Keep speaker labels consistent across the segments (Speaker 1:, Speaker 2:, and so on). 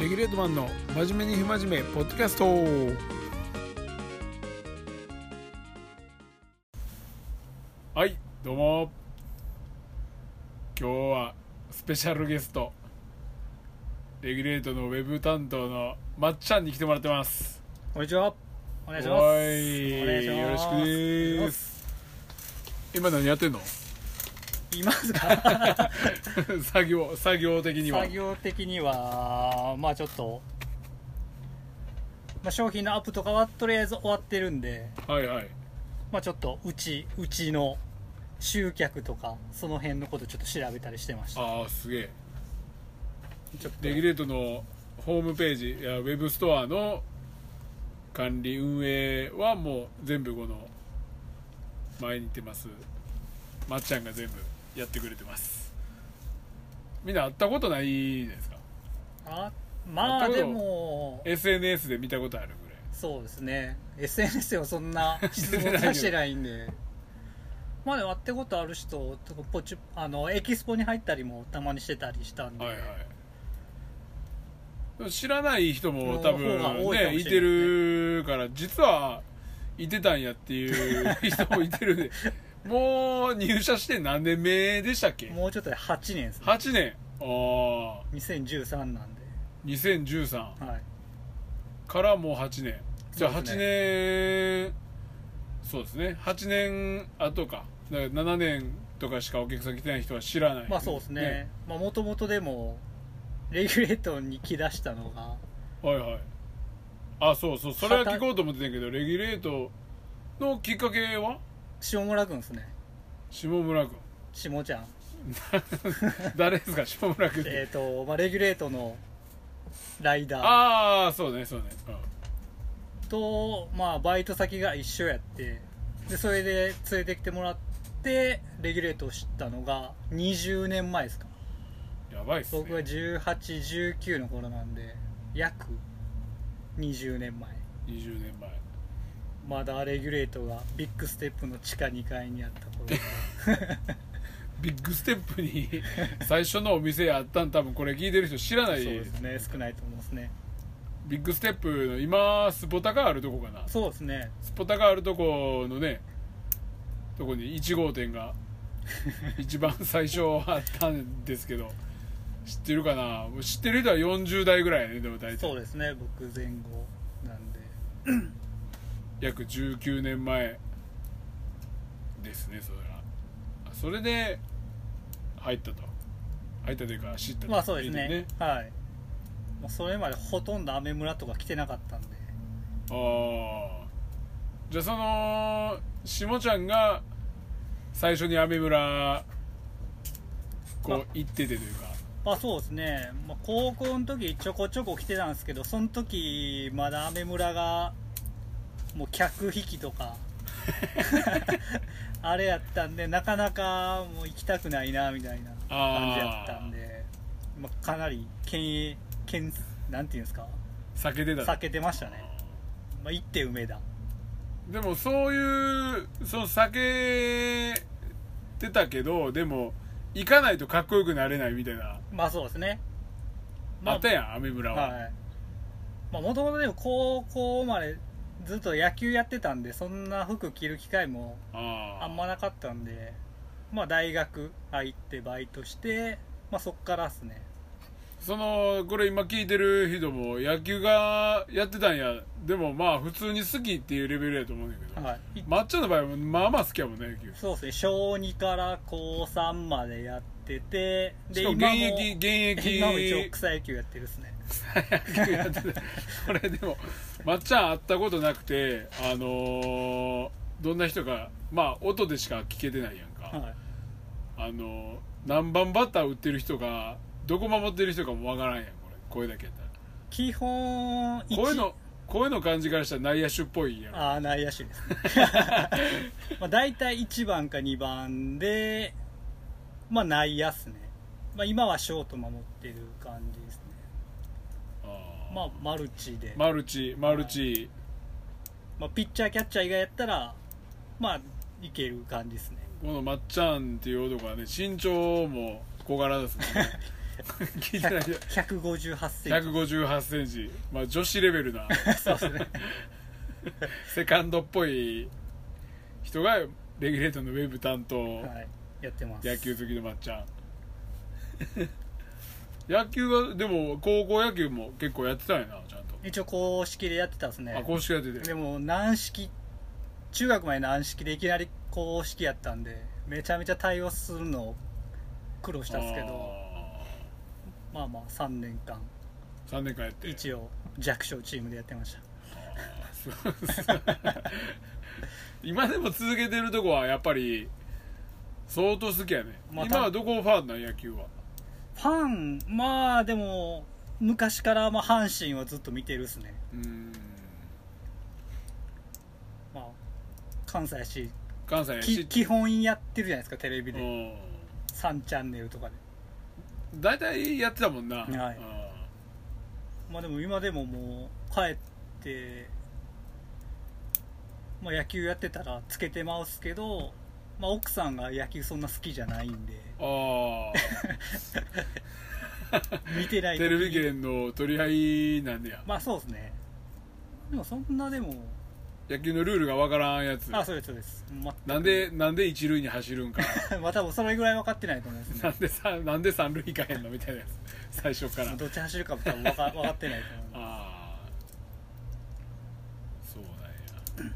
Speaker 1: レギュレートマンの真面目に不真面目ポッドキャストはいどうも今日はスペシャルゲストレギュレートのウェブ担当のまっちゃんに来てもらってます
Speaker 2: こんにちは。お願いします。
Speaker 1: はい
Speaker 2: お願いします。
Speaker 1: よろしくです今何やってんの
Speaker 2: いますか
Speaker 1: 作業作業的には
Speaker 2: 作業的には、まあちょっと、まあ、商品のアップとかはとりあえず終わってるんで、
Speaker 1: はいはい
Speaker 2: まあちょっとうち、うちの集客とか、その辺のことちょっと調べたりしてました。
Speaker 1: ああすげえ
Speaker 2: ちょっと
Speaker 1: レギュレートのホームページいやウェブストアの管理運営はもう全部この前に言ってますまっちゃんが全部やってくれてますみんな会ったことないじゃないですか
Speaker 2: あまあ
Speaker 1: あと
Speaker 2: でも、
Speaker 1: SNS で見たことあるぐらい
Speaker 2: そうですね。SNS をそ んな質問出してないんで。まあでも会ってことある人とかポチあのエキスポに入ったりもたまにしてたりしたんで、
Speaker 1: はいはい知らない人も多
Speaker 2: の方が
Speaker 1: 分
Speaker 2: 多いかもしれない
Speaker 1: ね
Speaker 2: で
Speaker 1: い
Speaker 2: すね
Speaker 1: てるから実はいてたんやっていう人もいて るでもう入社して何年目でしたっけ
Speaker 2: もうちょっとで8年ですね
Speaker 1: 8年ああ
Speaker 2: 2013なんで、
Speaker 1: 2013
Speaker 2: はい、
Speaker 1: からもう8年じゃあ
Speaker 2: そうです
Speaker 1: 8年そうですね8年後かだから7年とかしかお客さん来てない人は知らない
Speaker 2: まあそうですねまあもともとでもレギュレートに来だしたのが
Speaker 1: はいはいあそうそうそれは聞こうと思ってたんやけどレギュレートのきっかけは
Speaker 2: 下村君ですね
Speaker 1: 下村君
Speaker 2: 下ちゃん
Speaker 1: 誰ですか下村君って、
Speaker 2: えっ、と、まあ、レギュレートのライダ
Speaker 1: ああそうねそうね、
Speaker 2: ーとまあバイト先が一緒やってでそれで連れてきてもらってレギュレートを知ったのが20年前ですか
Speaker 1: うん、やばいっすね
Speaker 2: 僕は1819の頃なんで約20年前
Speaker 1: 20年前
Speaker 2: まだレギュレートがビッグステップの地下2階にあった頃
Speaker 1: ビッグステップに最初のお店あったん多分これ聞いてる人知らない
Speaker 2: そうですね少ないと思うんですね
Speaker 1: ビッグステップの今スポタがあるとこかな
Speaker 2: そうですね
Speaker 1: スポタがあるとこのねとこに1号店が一番最初あったんですけど知ってるかな知ってる人は40代ぐらいやねでも大体
Speaker 2: そうですね僕前後なんで
Speaker 1: 約19年前ですねそれはあそれで入ったと入ったというか知ったと
Speaker 2: まあそうです
Speaker 1: い
Speaker 2: ね
Speaker 1: いね
Speaker 2: はいもうそれまでほとんど雨村とか来てなかったんで
Speaker 1: ああじゃあそのしもちゃんが最初に阿部村こう行っててというか
Speaker 2: まあそうですね、まあ、高校の時ちょこちょこ来てたんですけどその時まだ雨村がもう客引きとかあれやったんでなかなかもう行きたくないなみたいな感じやったんでまあ、かなりけんけんなんていうんですか
Speaker 1: 避けてた
Speaker 2: 避けてましたね、まあ、行って梅田
Speaker 1: でもそういうその避けてたけどでも行かないとかっこよくなれないみたいな、
Speaker 2: まあそうですね
Speaker 1: あったやん阿部村は、
Speaker 2: はいまあもともとでも高校までずっと野球やってたんでそんな服着る機会も
Speaker 1: あー
Speaker 2: あんまなかったんでまあ大学入ってバイトしてまあそっからっすね
Speaker 1: そのこれ今聞いてる人も野球がやってたんやでもまあ普通に好きっていうレベルやと思うんだけど、
Speaker 2: はいい
Speaker 1: まっちゃんの場合はまあまあ好きやもんね野球
Speaker 2: そうですね小2から高3までやってて
Speaker 1: しかも現
Speaker 2: も
Speaker 1: 役現役
Speaker 2: 今も一応草野球やってるっすね
Speaker 1: 野球やってた これでもまっちゃん会ったことなくてあのーどんな人かまあ音でしか聞けてないやんか、
Speaker 2: はい
Speaker 1: あのー何番バッター打ってる人がどこ守ってる人かもわからんやんこれ声だけやったら
Speaker 2: 基本一
Speaker 1: 声の声の感じからしたら内野手っぽいやん
Speaker 2: ああ内野手ですね まあ大体1番か2番でまあ内野っすね、まあ、今はショート守ってる感じですね
Speaker 1: あー
Speaker 2: まあマルチで、ま
Speaker 1: マルチマルチ、
Speaker 2: あ、ピッチャーキャッチャー以外やったらまあいける感じですね
Speaker 1: このまっちゃんっていう男はね身長も小柄ですもんね聞いてない
Speaker 2: 100 158センチ
Speaker 1: 158センチ、まあ、女子レベルな
Speaker 2: そうで すね
Speaker 1: セカンドっぽい人がレギュレートのウェブ担当、
Speaker 2: はいやってます
Speaker 1: 野球好きのまっちゃん野球はでも高校野球も結構やってたんやなちゃんと、
Speaker 2: 一応公式でやってたんです
Speaker 1: あ
Speaker 2: ね
Speaker 1: 公式やってて
Speaker 2: でも軟式中学まで軟式でいきなり公式やったんでめちゃめちゃ対応するの苦労したんですけどまあまあ3年間
Speaker 1: 3年間やって
Speaker 2: 一応弱小チームでやってました
Speaker 1: そうそう 今でも続けてるとこはやっぱり相当好きやね、
Speaker 2: まあ
Speaker 1: 今はどこファンなん野球は
Speaker 2: ファンまあでも昔からまあ阪神はずっと見てるっすね
Speaker 1: うーん
Speaker 2: まあ関西やし
Speaker 1: 関西や
Speaker 2: き
Speaker 1: し
Speaker 2: 基本やってるじゃないですかテレビ
Speaker 1: う
Speaker 2: で
Speaker 1: ん
Speaker 2: 3チャンネルとかで
Speaker 1: 大体やってたもんな、
Speaker 2: い まあでも今でももう帰って、まあ、野球やってたらつけてまうっすけど、まあ、奥さんが野球そんな好きじゃないんで
Speaker 1: うんあ
Speaker 2: 見てな
Speaker 1: あ
Speaker 2: い
Speaker 1: テレビ圏の取り合いなんでや、
Speaker 2: まあそうですねでもそんなでも
Speaker 1: 野球のルールがわからんやつ
Speaker 2: あそうですそうです、ま、
Speaker 1: なんでなんで一塁に走るんか
Speaker 2: まあ多分それぐらい分かってないと思います
Speaker 1: な
Speaker 2: ね
Speaker 1: んでさなんで三塁行かへんのみたいなやつ 最初から
Speaker 2: どっち走るかも多分分か分かってないと思います
Speaker 1: ああそうなんや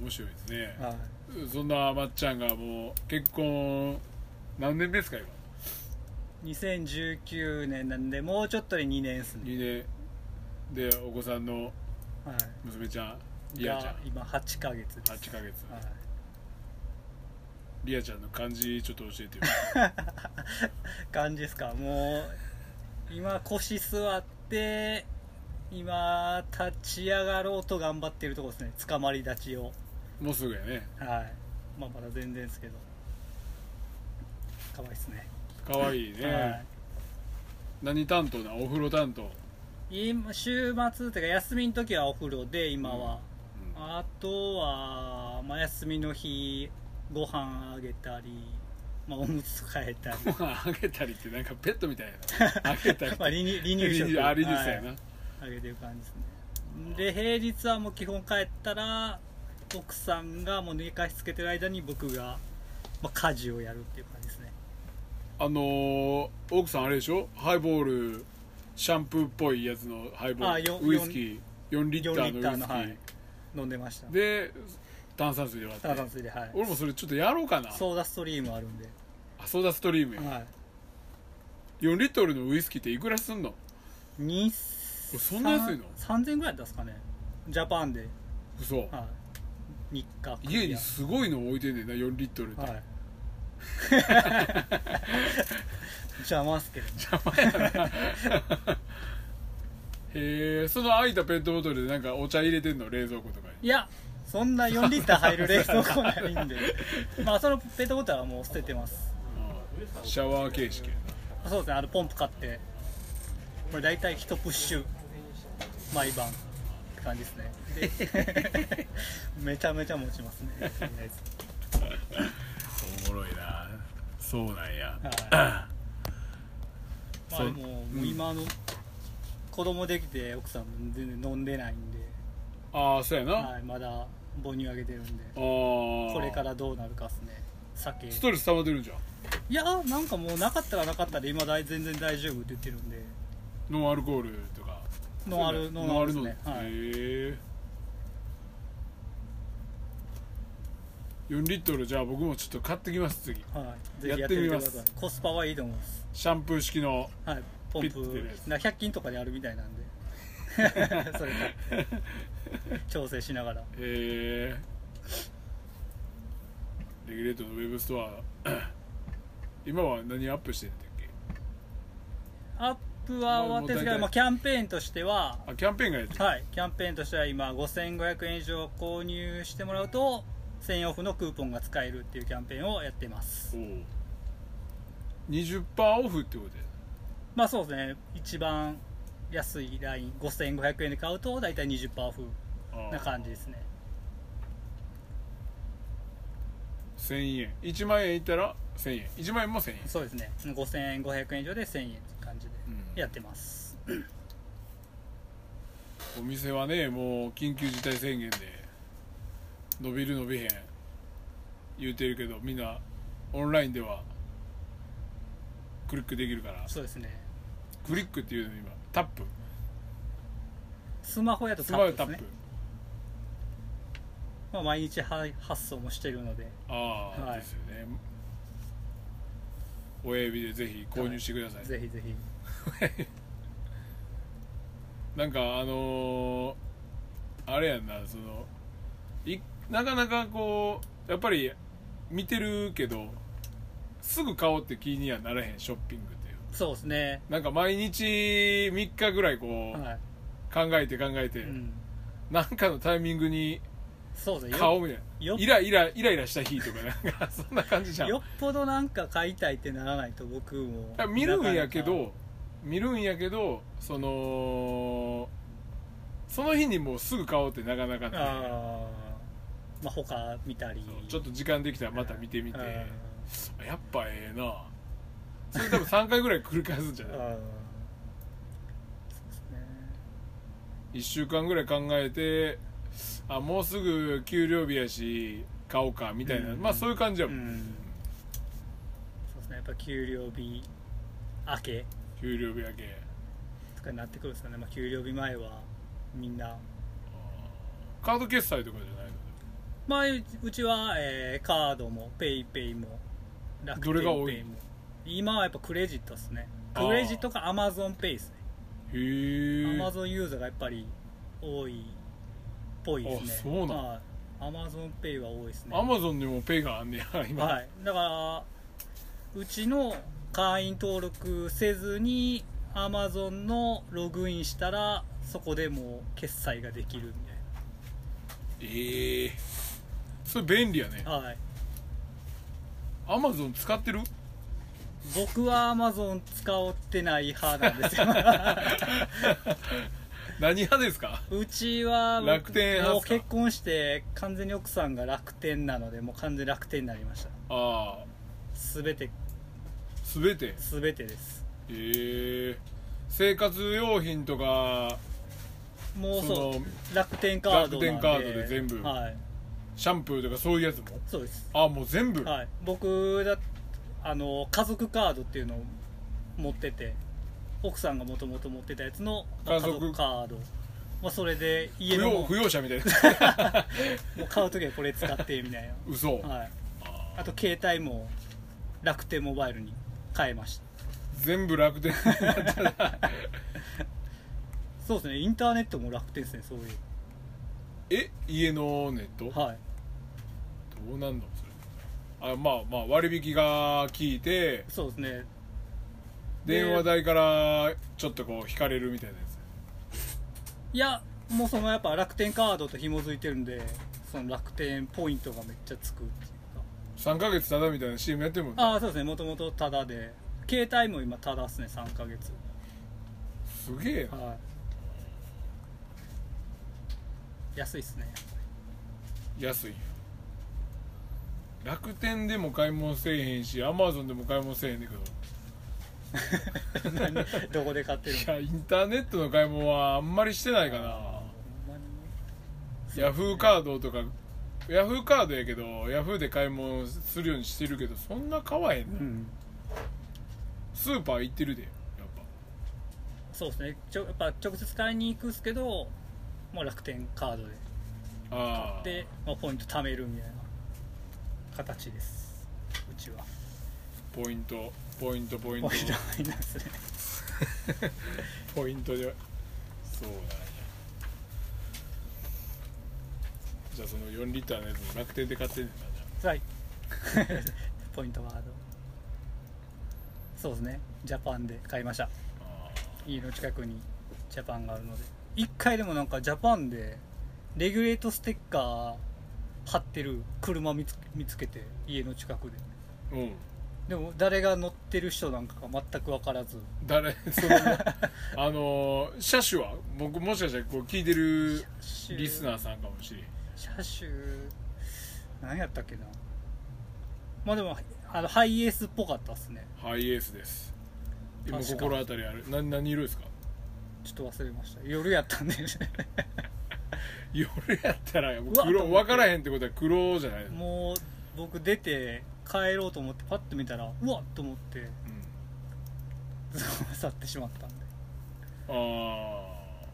Speaker 1: 面白いですね
Speaker 2: はい
Speaker 1: そんなまっちゃんがもう結婚何年目ですか今
Speaker 2: 2019年なんでもうちょっとで2年っすね、
Speaker 1: 2年でお子さんの
Speaker 2: は
Speaker 1: 娘ちゃん
Speaker 2: い、
Speaker 1: リアちゃ
Speaker 2: が
Speaker 1: ん
Speaker 2: 今8ヶ月です
Speaker 1: 8ヶ月
Speaker 2: はい、
Speaker 1: リアちゃんの漢字ちょっと教えてよ
Speaker 2: 感じですかもう今腰座って今立ち上がろうと頑張ってるとこですねつかまり立ちを
Speaker 1: もうすぐやね
Speaker 2: はいまあまだ全然ですけど可愛いですね
Speaker 1: かわいいね、何担当なお風呂担当、うん
Speaker 2: はい、今週末というか休みの時はお風呂で今は、あとは、まあ、休みの日ご飯あげたり、まあ、おむつ替えたり
Speaker 1: ご飯あげたりってなんかペットみたい なあげたり
Speaker 2: まあ離乳離乳食
Speaker 1: リニューあ 離乳食や
Speaker 2: は
Speaker 1: な、
Speaker 2: あげてる感じですねで平日はもう基本帰ったら奥さんがもう寝かしつけてる間に僕が、まあ、家事をやるっていう感じですね
Speaker 1: あのー、奥さんあれでしょハイボールシャンプーっぽいやつのハイボ
Speaker 2: あ
Speaker 1: ー
Speaker 2: よ
Speaker 1: ルウイスキー4リッタ
Speaker 2: 4
Speaker 1: ーのウイスキ
Speaker 2: リッター
Speaker 1: ー
Speaker 2: のはい飲んでました
Speaker 1: で炭酸水で割って
Speaker 2: 炭酸水ではい
Speaker 1: 俺もそれちょっとやろうかな
Speaker 2: ソーダストリームあるんで、
Speaker 1: あソーダストリームや、
Speaker 2: は
Speaker 1: 4リットルのウイスキーっていくらすんの
Speaker 2: い、2
Speaker 1: そんな安いの
Speaker 2: 3000ぐらいだったんですかねジャパンで、
Speaker 1: 嘘、
Speaker 2: はい、3日
Speaker 1: 家にすごいの置いてんねんな4リットルって、
Speaker 2: はい 邪魔っすけどね
Speaker 1: 邪魔やな へえその空いたペットボトルでなんかお茶入れてんの冷蔵庫とかに
Speaker 2: いやそんな4リッター入る冷蔵庫ない んでまあそのペットボトルはもう捨ててます
Speaker 1: シャワー形式や
Speaker 2: そうですねあのポンプ買ってこれ大体1プッシュ毎晩って感じですね でめちゃめちゃ持ちますね とりあえず
Speaker 1: なおもろいなそうなんや
Speaker 2: はいまあ
Speaker 1: そう
Speaker 2: もうもう今の子供できて奥さんも全然飲んでないんで、
Speaker 1: ああそうやな、あ
Speaker 2: はい、まだ母乳あげてるんで
Speaker 1: あ
Speaker 2: こ
Speaker 1: こ
Speaker 2: れからどうなるかっすね酒
Speaker 1: ストレス溜まってるんじゃん
Speaker 2: いやなんかもうなかったらなかったで今だい全然大丈夫って言ってるんで
Speaker 1: ノンアルコールとか
Speaker 2: ノンアル
Speaker 1: そう
Speaker 2: ノ
Speaker 1: いう
Speaker 2: ンアルで
Speaker 1: の
Speaker 2: す
Speaker 1: ノン
Speaker 2: ね
Speaker 1: アルの
Speaker 2: はい
Speaker 1: へえ4リットルじゃあ僕もちょっと買ってきます次
Speaker 2: はいぜ
Speaker 1: や
Speaker 2: ひや
Speaker 1: っ
Speaker 2: って
Speaker 1: て
Speaker 2: み
Speaker 1: み
Speaker 2: てく
Speaker 1: ま
Speaker 2: だ
Speaker 1: す
Speaker 2: さいコスパはいいと思います
Speaker 1: シャンプー式の
Speaker 2: はいポン
Speaker 1: ピッてや
Speaker 2: プ
Speaker 1: つ
Speaker 2: な100均とかであるみたいなんで それ買って調整しながら
Speaker 1: えー、レギュレートのウェブストア 今は何アップしてんだっけ
Speaker 2: アップは終わってるんですけど、まあ、キャンペーンとしては
Speaker 1: あキャンペーンがやってる
Speaker 2: はいキャンペーンとしては今5500円以上購入してもらうと1000円オフのクーポンが使えるっていうキャンペーンをやってます
Speaker 1: おう20%オフってことや
Speaker 2: まあそうですね一番安いライン5500円で買うと大体20%オフ
Speaker 1: あー
Speaker 2: な感じですね
Speaker 1: 1000円1万円いったら1000円1万円も1000円
Speaker 2: そうですね5500円以上で1000円って感じで
Speaker 1: うん
Speaker 2: やってます、
Speaker 1: お店はねもう緊急事態宣言で伸びる伸びへん言うてるけどみんなオンラインではクリックできるから
Speaker 2: そうですね
Speaker 1: クリックっていうの今タップ
Speaker 2: スマホやと
Speaker 1: スマ
Speaker 2: タ
Speaker 1: ホ
Speaker 2: ッ
Speaker 1: で
Speaker 2: プ
Speaker 1: タ
Speaker 2: で
Speaker 1: ッ
Speaker 2: す
Speaker 1: プ、
Speaker 2: ね、まあ、毎日は発送もしてるので
Speaker 1: ああ、
Speaker 2: はい
Speaker 1: ですよね親指でぜひ購入してください、
Speaker 2: ぜひぜひ
Speaker 1: なんかあのーあれやんなそのいなかなかこうやっぱり見てるけどすぐ買おうって気にはならへんショッピングっていう
Speaker 2: そうですね
Speaker 1: なんか毎日3日ぐらいこう、
Speaker 2: は
Speaker 1: 考えて考えて、
Speaker 2: い、うん、
Speaker 1: なんかのタイミングに
Speaker 2: そうですね
Speaker 1: 買おうみたいな
Speaker 2: よ
Speaker 1: イライライライラした日とかなんか そんな感じじゃん
Speaker 2: よっぽどなんか買いたいってならないと僕も
Speaker 1: いや見るんやけ
Speaker 2: なかなか
Speaker 1: ど見るんやけどそのその日にもうすぐ買おうってなかなかない
Speaker 2: あーまあ他見たり
Speaker 1: そうちょっと時間できたらまた見てみて
Speaker 2: うん
Speaker 1: やっぱええなそれ多分3回ぐらい繰り返すんじゃ
Speaker 2: うん
Speaker 1: ない
Speaker 2: そうですね
Speaker 1: 1週間ぐらい考えてあもうすぐ給料日やし買おうかみたいな、
Speaker 2: うん
Speaker 1: まあそういう感じや
Speaker 2: う
Speaker 1: もん、
Speaker 2: んそうですねやっぱ給料日明け
Speaker 1: 給料日やけ
Speaker 2: とかになってくるんですよね、まあ、給料日前はみんな
Speaker 1: カード決済とかじゃないの
Speaker 2: まあうちは、えーカードもペイペイも楽
Speaker 1: どれが多い
Speaker 2: ペイも今はやっぱクレジットですね
Speaker 1: あー
Speaker 2: クレジットかアマゾンペイですね
Speaker 1: へ
Speaker 2: ア
Speaker 1: え
Speaker 2: マゾンユーザーがやっぱり多いっぽいですね
Speaker 1: あそうなん
Speaker 2: アマゾンペイは多いですね
Speaker 1: アマゾンにもペイがあんねや今、
Speaker 2: はいだからうちの会員登録せずにアマゾンのログインしたらそこでもう決済ができるみ
Speaker 1: ええそれ便利やね
Speaker 2: たいなはい
Speaker 1: アマゾン使ってる
Speaker 2: 僕はアマゾン使おってない派なんで すよ
Speaker 1: 何派ですか
Speaker 2: うちは僕
Speaker 1: 楽天派っ
Speaker 2: も
Speaker 1: す
Speaker 2: う
Speaker 1: か
Speaker 2: 結婚して完全に奥さんが楽天なのでもう完全に楽天になりました
Speaker 1: ああ
Speaker 2: 全て
Speaker 1: 全て
Speaker 2: 全てです
Speaker 1: ええ生活用品とか
Speaker 2: もう
Speaker 1: そ
Speaker 2: そ
Speaker 1: の
Speaker 2: う楽天カードなんで
Speaker 1: 楽天カードで全部
Speaker 2: はい
Speaker 1: シャンプーとかそういうやつも
Speaker 2: そうです、
Speaker 1: ああもう全部、
Speaker 2: はい、僕だあの家族カードっていうのを持ってて奥さんがもともと持ってたやつの
Speaker 1: 家
Speaker 2: 家
Speaker 1: 族
Speaker 2: 族カード、まあ、それで
Speaker 1: 扶
Speaker 2: 家の
Speaker 1: 養
Speaker 2: も
Speaker 1: 扶養者みた いな
Speaker 2: う買う時はこれ使ってみたい
Speaker 1: 嘘、
Speaker 2: な、はい、
Speaker 1: あー
Speaker 2: あと携帯も楽天モバイルに変えました
Speaker 1: 全部楽天になった ら
Speaker 2: そうですねインターネットも楽天ですねそういう
Speaker 1: え家のネット
Speaker 2: はい
Speaker 1: どうなんのそれあまあまあ割引が効いて
Speaker 2: そうですねで
Speaker 1: 電話代からちょっとこう引かれるみたいなやつ
Speaker 2: いやもうそのやっぱ楽天カードと紐づいてるんでその楽天ポイントがめっちゃつくっていうか
Speaker 1: 3ヶ月ただみたいな CM やってるもんね
Speaker 2: ああそうですねもともとタダで携帯も今タダですね3ヶ月
Speaker 1: すげえな
Speaker 2: はい安いっ すね
Speaker 1: 安い楽天でも買い物せえへんしアマゾンでも買い物せえへんねんけど
Speaker 2: 何どこで買ってるの
Speaker 1: いやインターネットの買い物はあんまりしてないかな
Speaker 2: あーほんまに
Speaker 1: ヤフーカードとかヤフーカードやけどヤフーで買い物するようにしてるけどそんな買わへんな
Speaker 2: うん
Speaker 1: スーパー行ってるでやっ
Speaker 2: そうですねちょやっぱ直接買いに行くっすけどもう楽天カードで
Speaker 1: ぱああ
Speaker 2: で、まあ、ポイント貯めるみたいな形ですうちは
Speaker 1: ポイントポイントポイント
Speaker 2: ポイントマイナスで
Speaker 1: ポイントでそうなんやじゃあその4リッターのやつも楽天で買ってんねんなじゃあ
Speaker 2: はい ポイントワードそうですねジャパンで買いました
Speaker 1: あ
Speaker 2: 家の近くにジャパンがあるので一回でもなんかジャパンでレギュレートステッカー貼ってる車見つ見つけて家の近くで
Speaker 1: ーうん
Speaker 2: でも誰が乗ってる人なんかが全く分からず
Speaker 1: 誰 そのあのー車種は僕もしかしたらこう聞いてるリスナーさんかもしれん
Speaker 2: 車種何やったっけなまあでもあのハイエースっぽかったっすね
Speaker 1: ハイエースです今
Speaker 2: 確か
Speaker 1: 心当たりあるな何色ですか
Speaker 2: ちょっと忘れました夜やったんで
Speaker 1: 夜やったらもう
Speaker 2: うわと
Speaker 1: 黒
Speaker 2: 思って
Speaker 1: 分からへんってことは黒じゃないですか、
Speaker 2: もう僕出て帰ろうと思ってパッと見たらうわっと思って
Speaker 1: うん
Speaker 2: ずっと去ってしまったんで
Speaker 1: ああ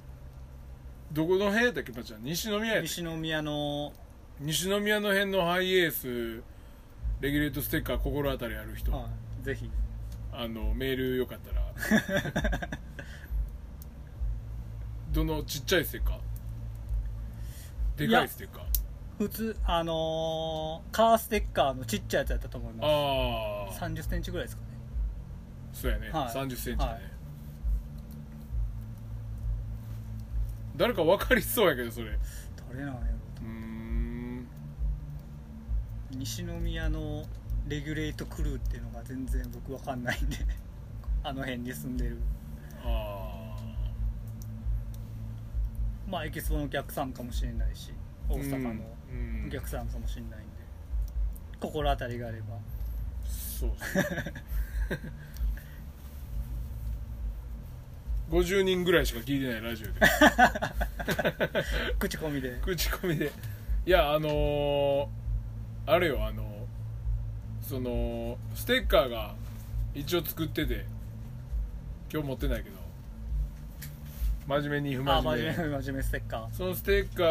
Speaker 1: どこの部屋だっけパちゃん西宮やった
Speaker 2: 西宮の
Speaker 1: 西宮の辺のハイエースレギュレートステッカー心当たりある人、
Speaker 2: はいぜひ
Speaker 1: あのメールよかったらどのちっちゃいステッカーでかいステッカー
Speaker 2: 普通あのーカーステッカーのちっちゃいやつやったと思いま
Speaker 1: あ
Speaker 2: す
Speaker 1: あ
Speaker 2: 3 0ンチぐらいですかね
Speaker 1: そうやね、
Speaker 2: はい
Speaker 1: 3 0ンチだね、
Speaker 2: はい
Speaker 1: 誰か分かりそうやけどそれう
Speaker 2: 誰なんやろ
Speaker 1: ーん
Speaker 2: 西宮のレギュレートクルーっていうのが全然僕わかんないんで あの辺に住んでる
Speaker 1: あ
Speaker 2: まあエキスポのお客さんかもしれないし
Speaker 1: あ
Speaker 2: 大阪の
Speaker 1: うん
Speaker 2: お客さんかもしれないんで心当たりがあれば
Speaker 1: そうです ね50人ぐらいしか聞いてないラジオで
Speaker 2: 口コミで
Speaker 1: 口コミでいやあのーあれよあのーそのステッカーが一応作ってて今日持ってないけど真面目に不
Speaker 2: あ
Speaker 1: 真
Speaker 2: 真
Speaker 1: 面目
Speaker 2: 面目真面目ステッカ
Speaker 1: そのステッカー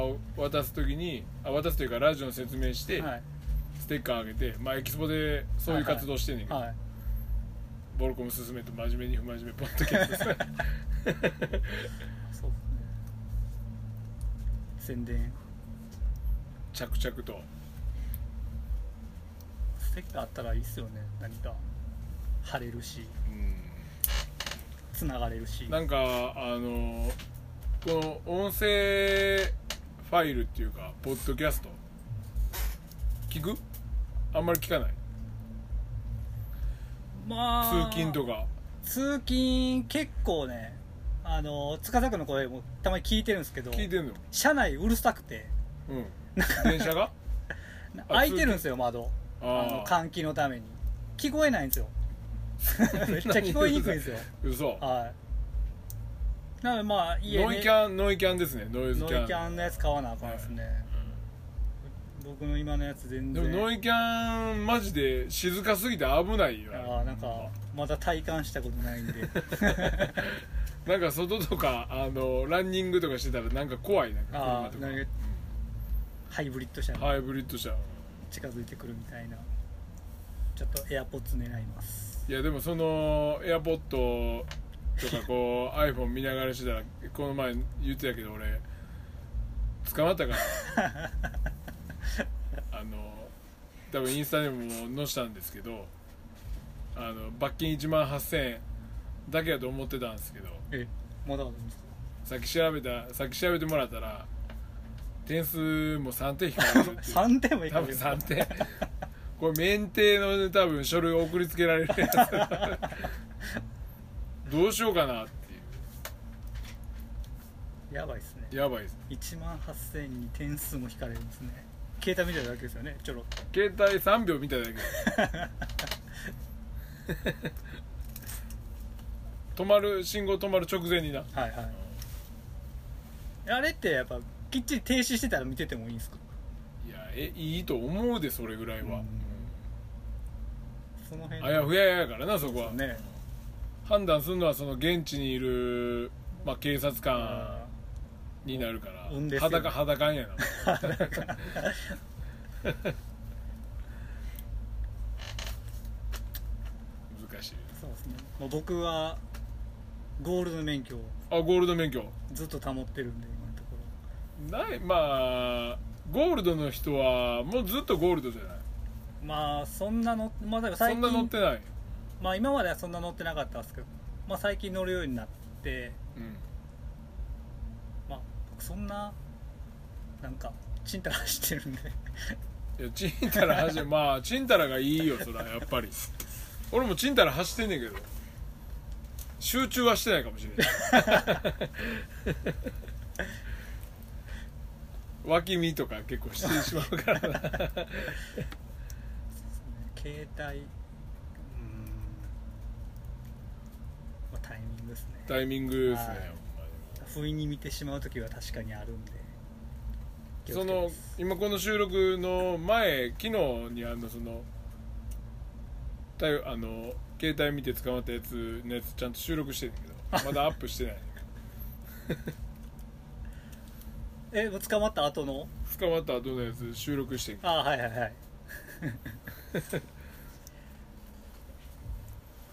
Speaker 1: を渡す時にあ渡すというかラジオの説明して、
Speaker 2: ーはい
Speaker 1: ステッカーあげてまあエキスポでそういう活動してんねんけど、
Speaker 2: はい
Speaker 1: ボルコム進めと真面目に不真面目ポッドキャ スト
Speaker 2: そうですね宣伝
Speaker 1: 着々と
Speaker 2: ステッカーあったらいいっすよね何か貼れるし
Speaker 1: うん
Speaker 2: つながれるし
Speaker 1: なんかあのこの音声ファイルっていうかポッドキャスト聞くあんまり聞かない
Speaker 2: ま
Speaker 1: 通勤と
Speaker 2: か
Speaker 1: か
Speaker 2: 通勤結構ねあの塚田君の声もたまに聞いてるんですけど
Speaker 1: 聞いてんの
Speaker 2: 車内うるさくて
Speaker 1: うん電車が
Speaker 2: な
Speaker 1: あ
Speaker 2: 開いてるんですよ窓あの
Speaker 1: ああ
Speaker 2: 換気のために聞こえないん ですよめっちゃ聞こえにくいんですよ
Speaker 1: 嘘
Speaker 2: はいなのでまあ家
Speaker 1: ノイキャンノイキャンですねノイズ
Speaker 2: ノイ
Speaker 1: キャン
Speaker 2: キャンのやつ買わなあかんですね、僕の今のやつ全
Speaker 1: でも
Speaker 2: 然
Speaker 1: ノイキャンマジで静かすぎて危ないよ
Speaker 2: ああなんかまだ体感したことないんで
Speaker 1: なんか外とかあのランニングとかしてたらなんか怖いなんか車
Speaker 2: ああ
Speaker 1: とか
Speaker 2: なんかハイブリッド車が
Speaker 1: ハイブリッド車
Speaker 2: 近づいてくるみたいなちょっとエアポッツ狙い ます
Speaker 1: いやでもそのエアポッドとかこう iPhone 見ながらしてたらこの前言ってたけど俺捕まったからあの多分インスタでも載したんですけどあの罰金1万8000円だけやと思ってたんですけど
Speaker 2: えまだあるんですか
Speaker 1: さっき調べたさっき調べてもらったら点数も3点引かれるっ ていう
Speaker 2: 3点もいか
Speaker 1: 多
Speaker 2: ない
Speaker 1: 分3点これ免停の多分書類送りつけ られるやつどうしようかなってい
Speaker 2: やばいですね
Speaker 1: うやばいです
Speaker 2: 1万8000に点数も引かれるんですね携帯見てるだけですよねちょろっ と
Speaker 1: 携帯3秒見ただけ止まる信号止まる直前にな
Speaker 2: はいはいあれってやっぱきっちり停止してたら見ててもいいんですか
Speaker 1: いやえいいと思うでそれぐらいは、
Speaker 2: その辺
Speaker 1: あやふややからなそこは
Speaker 2: ね
Speaker 1: 判断するのはその現地にいる、まあ、警察官
Speaker 2: あ
Speaker 1: になるから
Speaker 2: うんですよ
Speaker 1: 裸裸んやな難しい
Speaker 2: ーそうですねもう僕はゴールド免許を
Speaker 1: あゴールド免許
Speaker 2: ずっと保ってるんで今のところ
Speaker 1: ないまあゴールドの人はもうずっとゴールドじゃない
Speaker 2: まあそんなのまあだから
Speaker 1: そ
Speaker 2: 最
Speaker 1: んな乗っ
Speaker 2: 近
Speaker 1: てない、
Speaker 2: まあ今まではそんな乗ってなかったんですけどまあ最近乗るようになって
Speaker 1: うん、
Speaker 2: まあ僕そんななんかちんたら走ってるんで
Speaker 1: いやチンタラ走るまあチンタラがいいよそれはやっぱり俺もチンタラ走ってんねんけど集中はしてないかもし れない脇見とか結構してしまうからな
Speaker 2: そうですね携帯うん、まあ、タイミングですね
Speaker 1: タイミングですね、
Speaker 2: はい不意に見てしまう時は確かにあるんで気
Speaker 1: そ
Speaker 2: をつけま
Speaker 1: の
Speaker 2: す
Speaker 1: 今この収録の前昨日にあのそのたいあの携帯見て捕まったやつのやつちゃんと収録してんだけどまだアップしてない
Speaker 2: えもう捕まった後の
Speaker 1: 捕まった後のやつ収録してんけど
Speaker 2: ああはいはいはい
Speaker 1: い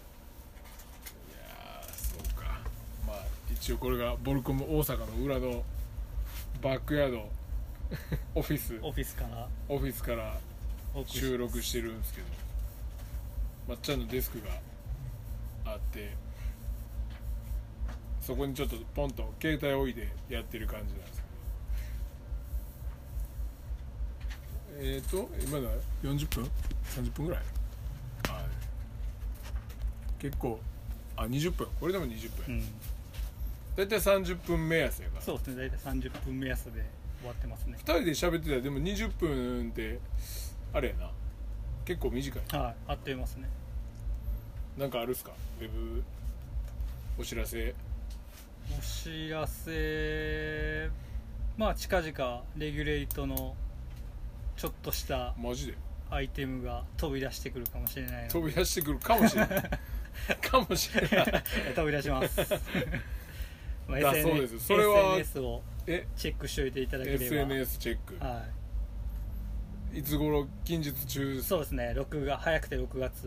Speaker 1: やーそうかまあ一応これがボルコム大阪の裏のバックヤードオフィス
Speaker 2: オフィスから
Speaker 1: オフィスから
Speaker 2: お送り
Speaker 1: 収録してるんですけどまっちゃんのデスクがあってそこにちょっとポンと携帯置いてやってる感じなんですけどえっ、ー、と今だ40分30分ぐらいあ結構あ20分これでも20
Speaker 2: う
Speaker 1: 分
Speaker 2: ん
Speaker 1: 大体30分目安やから
Speaker 2: そうですね大体30分目安で終わってます
Speaker 1: 2
Speaker 2: ね
Speaker 1: 人で喋ってたらでも20分ってあれやな結構短い
Speaker 2: はいあっという間ですね
Speaker 1: なんかあるっすかウェブお知らせ
Speaker 2: お知らせまあ近々レギュレートのちょっとした
Speaker 1: マジで
Speaker 2: アイテムが飛び出してくるかもしれないので
Speaker 1: 飛び出してくるかもし れないかもしれない
Speaker 2: 飛び出します。まあ
Speaker 1: だ
Speaker 2: SN
Speaker 1: そうですそれは
Speaker 2: SNS を
Speaker 1: え
Speaker 2: チェックしておいていただければ。
Speaker 1: SNS チェック
Speaker 2: はい
Speaker 1: つ頃近日中
Speaker 2: い。そうですね。録画早くて6月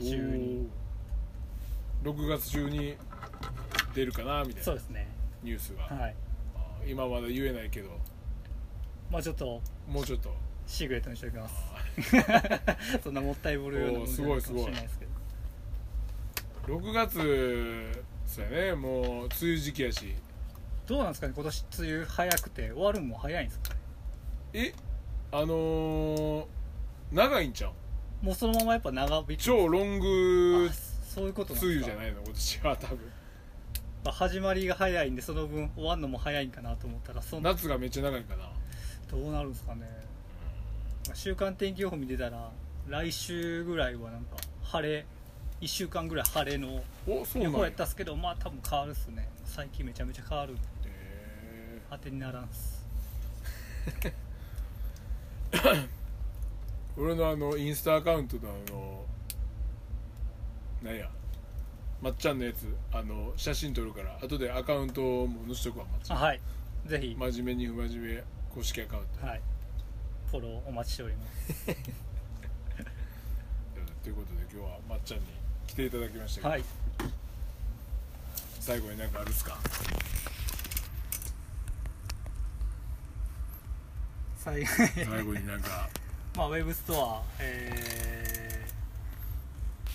Speaker 2: 中に。
Speaker 1: おー6月中に出るかなみたい
Speaker 2: そ
Speaker 1: な
Speaker 2: うですね。
Speaker 1: ニュースが、
Speaker 2: はい。
Speaker 1: あー今まだ言えないけど
Speaker 2: まあちょっと
Speaker 1: もうちょっと
Speaker 2: シークレットにしておきます。 そんなもったいぶるようなものじゃないかもしれないですけど。
Speaker 1: 6月そうやねもう梅雨時期やし
Speaker 2: どうなんですかね。今年梅雨早くて終わるのも早いんですかね。
Speaker 1: えあのー、長いんちゃう
Speaker 2: もうそのままやっぱ長引く。
Speaker 1: 超ロング
Speaker 2: あそういうことなんですか。
Speaker 1: 梅雨じゃ
Speaker 2: やっ
Speaker 1: ないの今年は多分
Speaker 2: ぱ始まりが早いんでその分終わるのも早いんかなと思ったらそんな
Speaker 1: 夏がめっちゃ長いかな
Speaker 2: どうなるんですかね、まあ週間天気予報見てたら来週ぐらいはなんか晴れ1週間ぐらい晴れの
Speaker 1: おそうな
Speaker 2: 予
Speaker 1: ん
Speaker 2: 報
Speaker 1: や
Speaker 2: やったっすけどまあ多分変わるっすね最近めちゃめちゃ変わるんで
Speaker 1: え
Speaker 2: 当てにならんっす
Speaker 1: ー俺のあのインスタアカウントのあのなんやまっちゃんのやつあの写真撮るから後でアカウントも載せとくわまっちゃ
Speaker 2: あはいぜひ、
Speaker 1: ん真面目に不真面目公式アカウント
Speaker 2: はい、フォローお待ちしております
Speaker 1: ということで今日はまっちゃんに来ていただきましたけど、
Speaker 2: はい
Speaker 1: 最後になんかあるっ すか
Speaker 2: 最後
Speaker 1: 最後になんか
Speaker 2: まあウェブストア、えー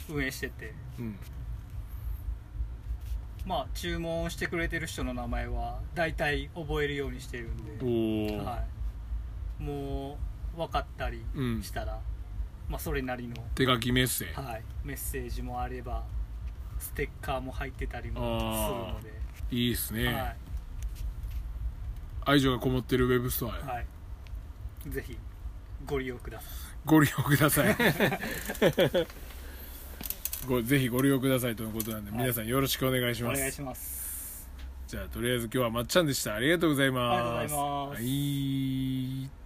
Speaker 2: 運営してて
Speaker 1: うん
Speaker 2: まあ注文してくれてる人の名前は大体覚えるようにしてるんで
Speaker 1: おお、
Speaker 2: はい、もう分かったり
Speaker 1: うん
Speaker 2: したら、まあ、それなりの、
Speaker 1: 手書きメッセージ
Speaker 2: はい、メッセージもあればステッカーも入ってたりも
Speaker 1: あー
Speaker 2: するの
Speaker 1: いいっすね、
Speaker 2: で、はい
Speaker 1: 愛情がこもってるウェブストアや、
Speaker 2: はい、ぜひご利用くださ
Speaker 1: ご利用くださいごぜひご利用くださいとのことなんで、
Speaker 2: はい
Speaker 1: 皆さんよろしくお願いし
Speaker 2: いお
Speaker 1: ます
Speaker 2: 願いします
Speaker 1: じゃあとりあえず今日はまっちゃんでしたありがとうございます
Speaker 2: ありがとうございます
Speaker 1: はい